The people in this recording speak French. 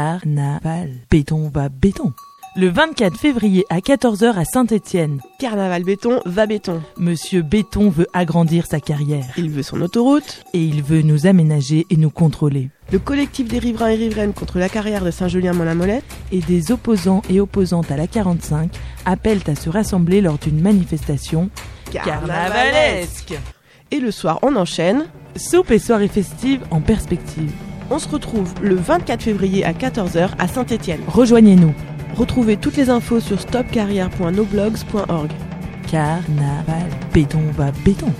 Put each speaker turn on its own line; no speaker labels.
Carnaval. Béton va béton. Le 24 février à 14h à Saint-Étienne,
Carnaval béton, va béton.
Monsieur Béton veut agrandir sa carrière
Il veut son autoroute.
et il veut nous aménager et nous contrôler.
Le collectif des riverains et riveraines contre la carrière de Saint-Julien-Mont-la-Molette.
Et des opposants et opposantes à la 45 appellent à se rassembler lors d'une manifestation
Et le soir, on enchaîne.
Soupe et soirée festive en perspective.
On se retrouve le 24 février à 14h à Saint-Étienne.
Rejoignez-nous.
Retrouvez toutes les infos sur stopcarrière.noblogs.org.
Carnaval. Béton va béton.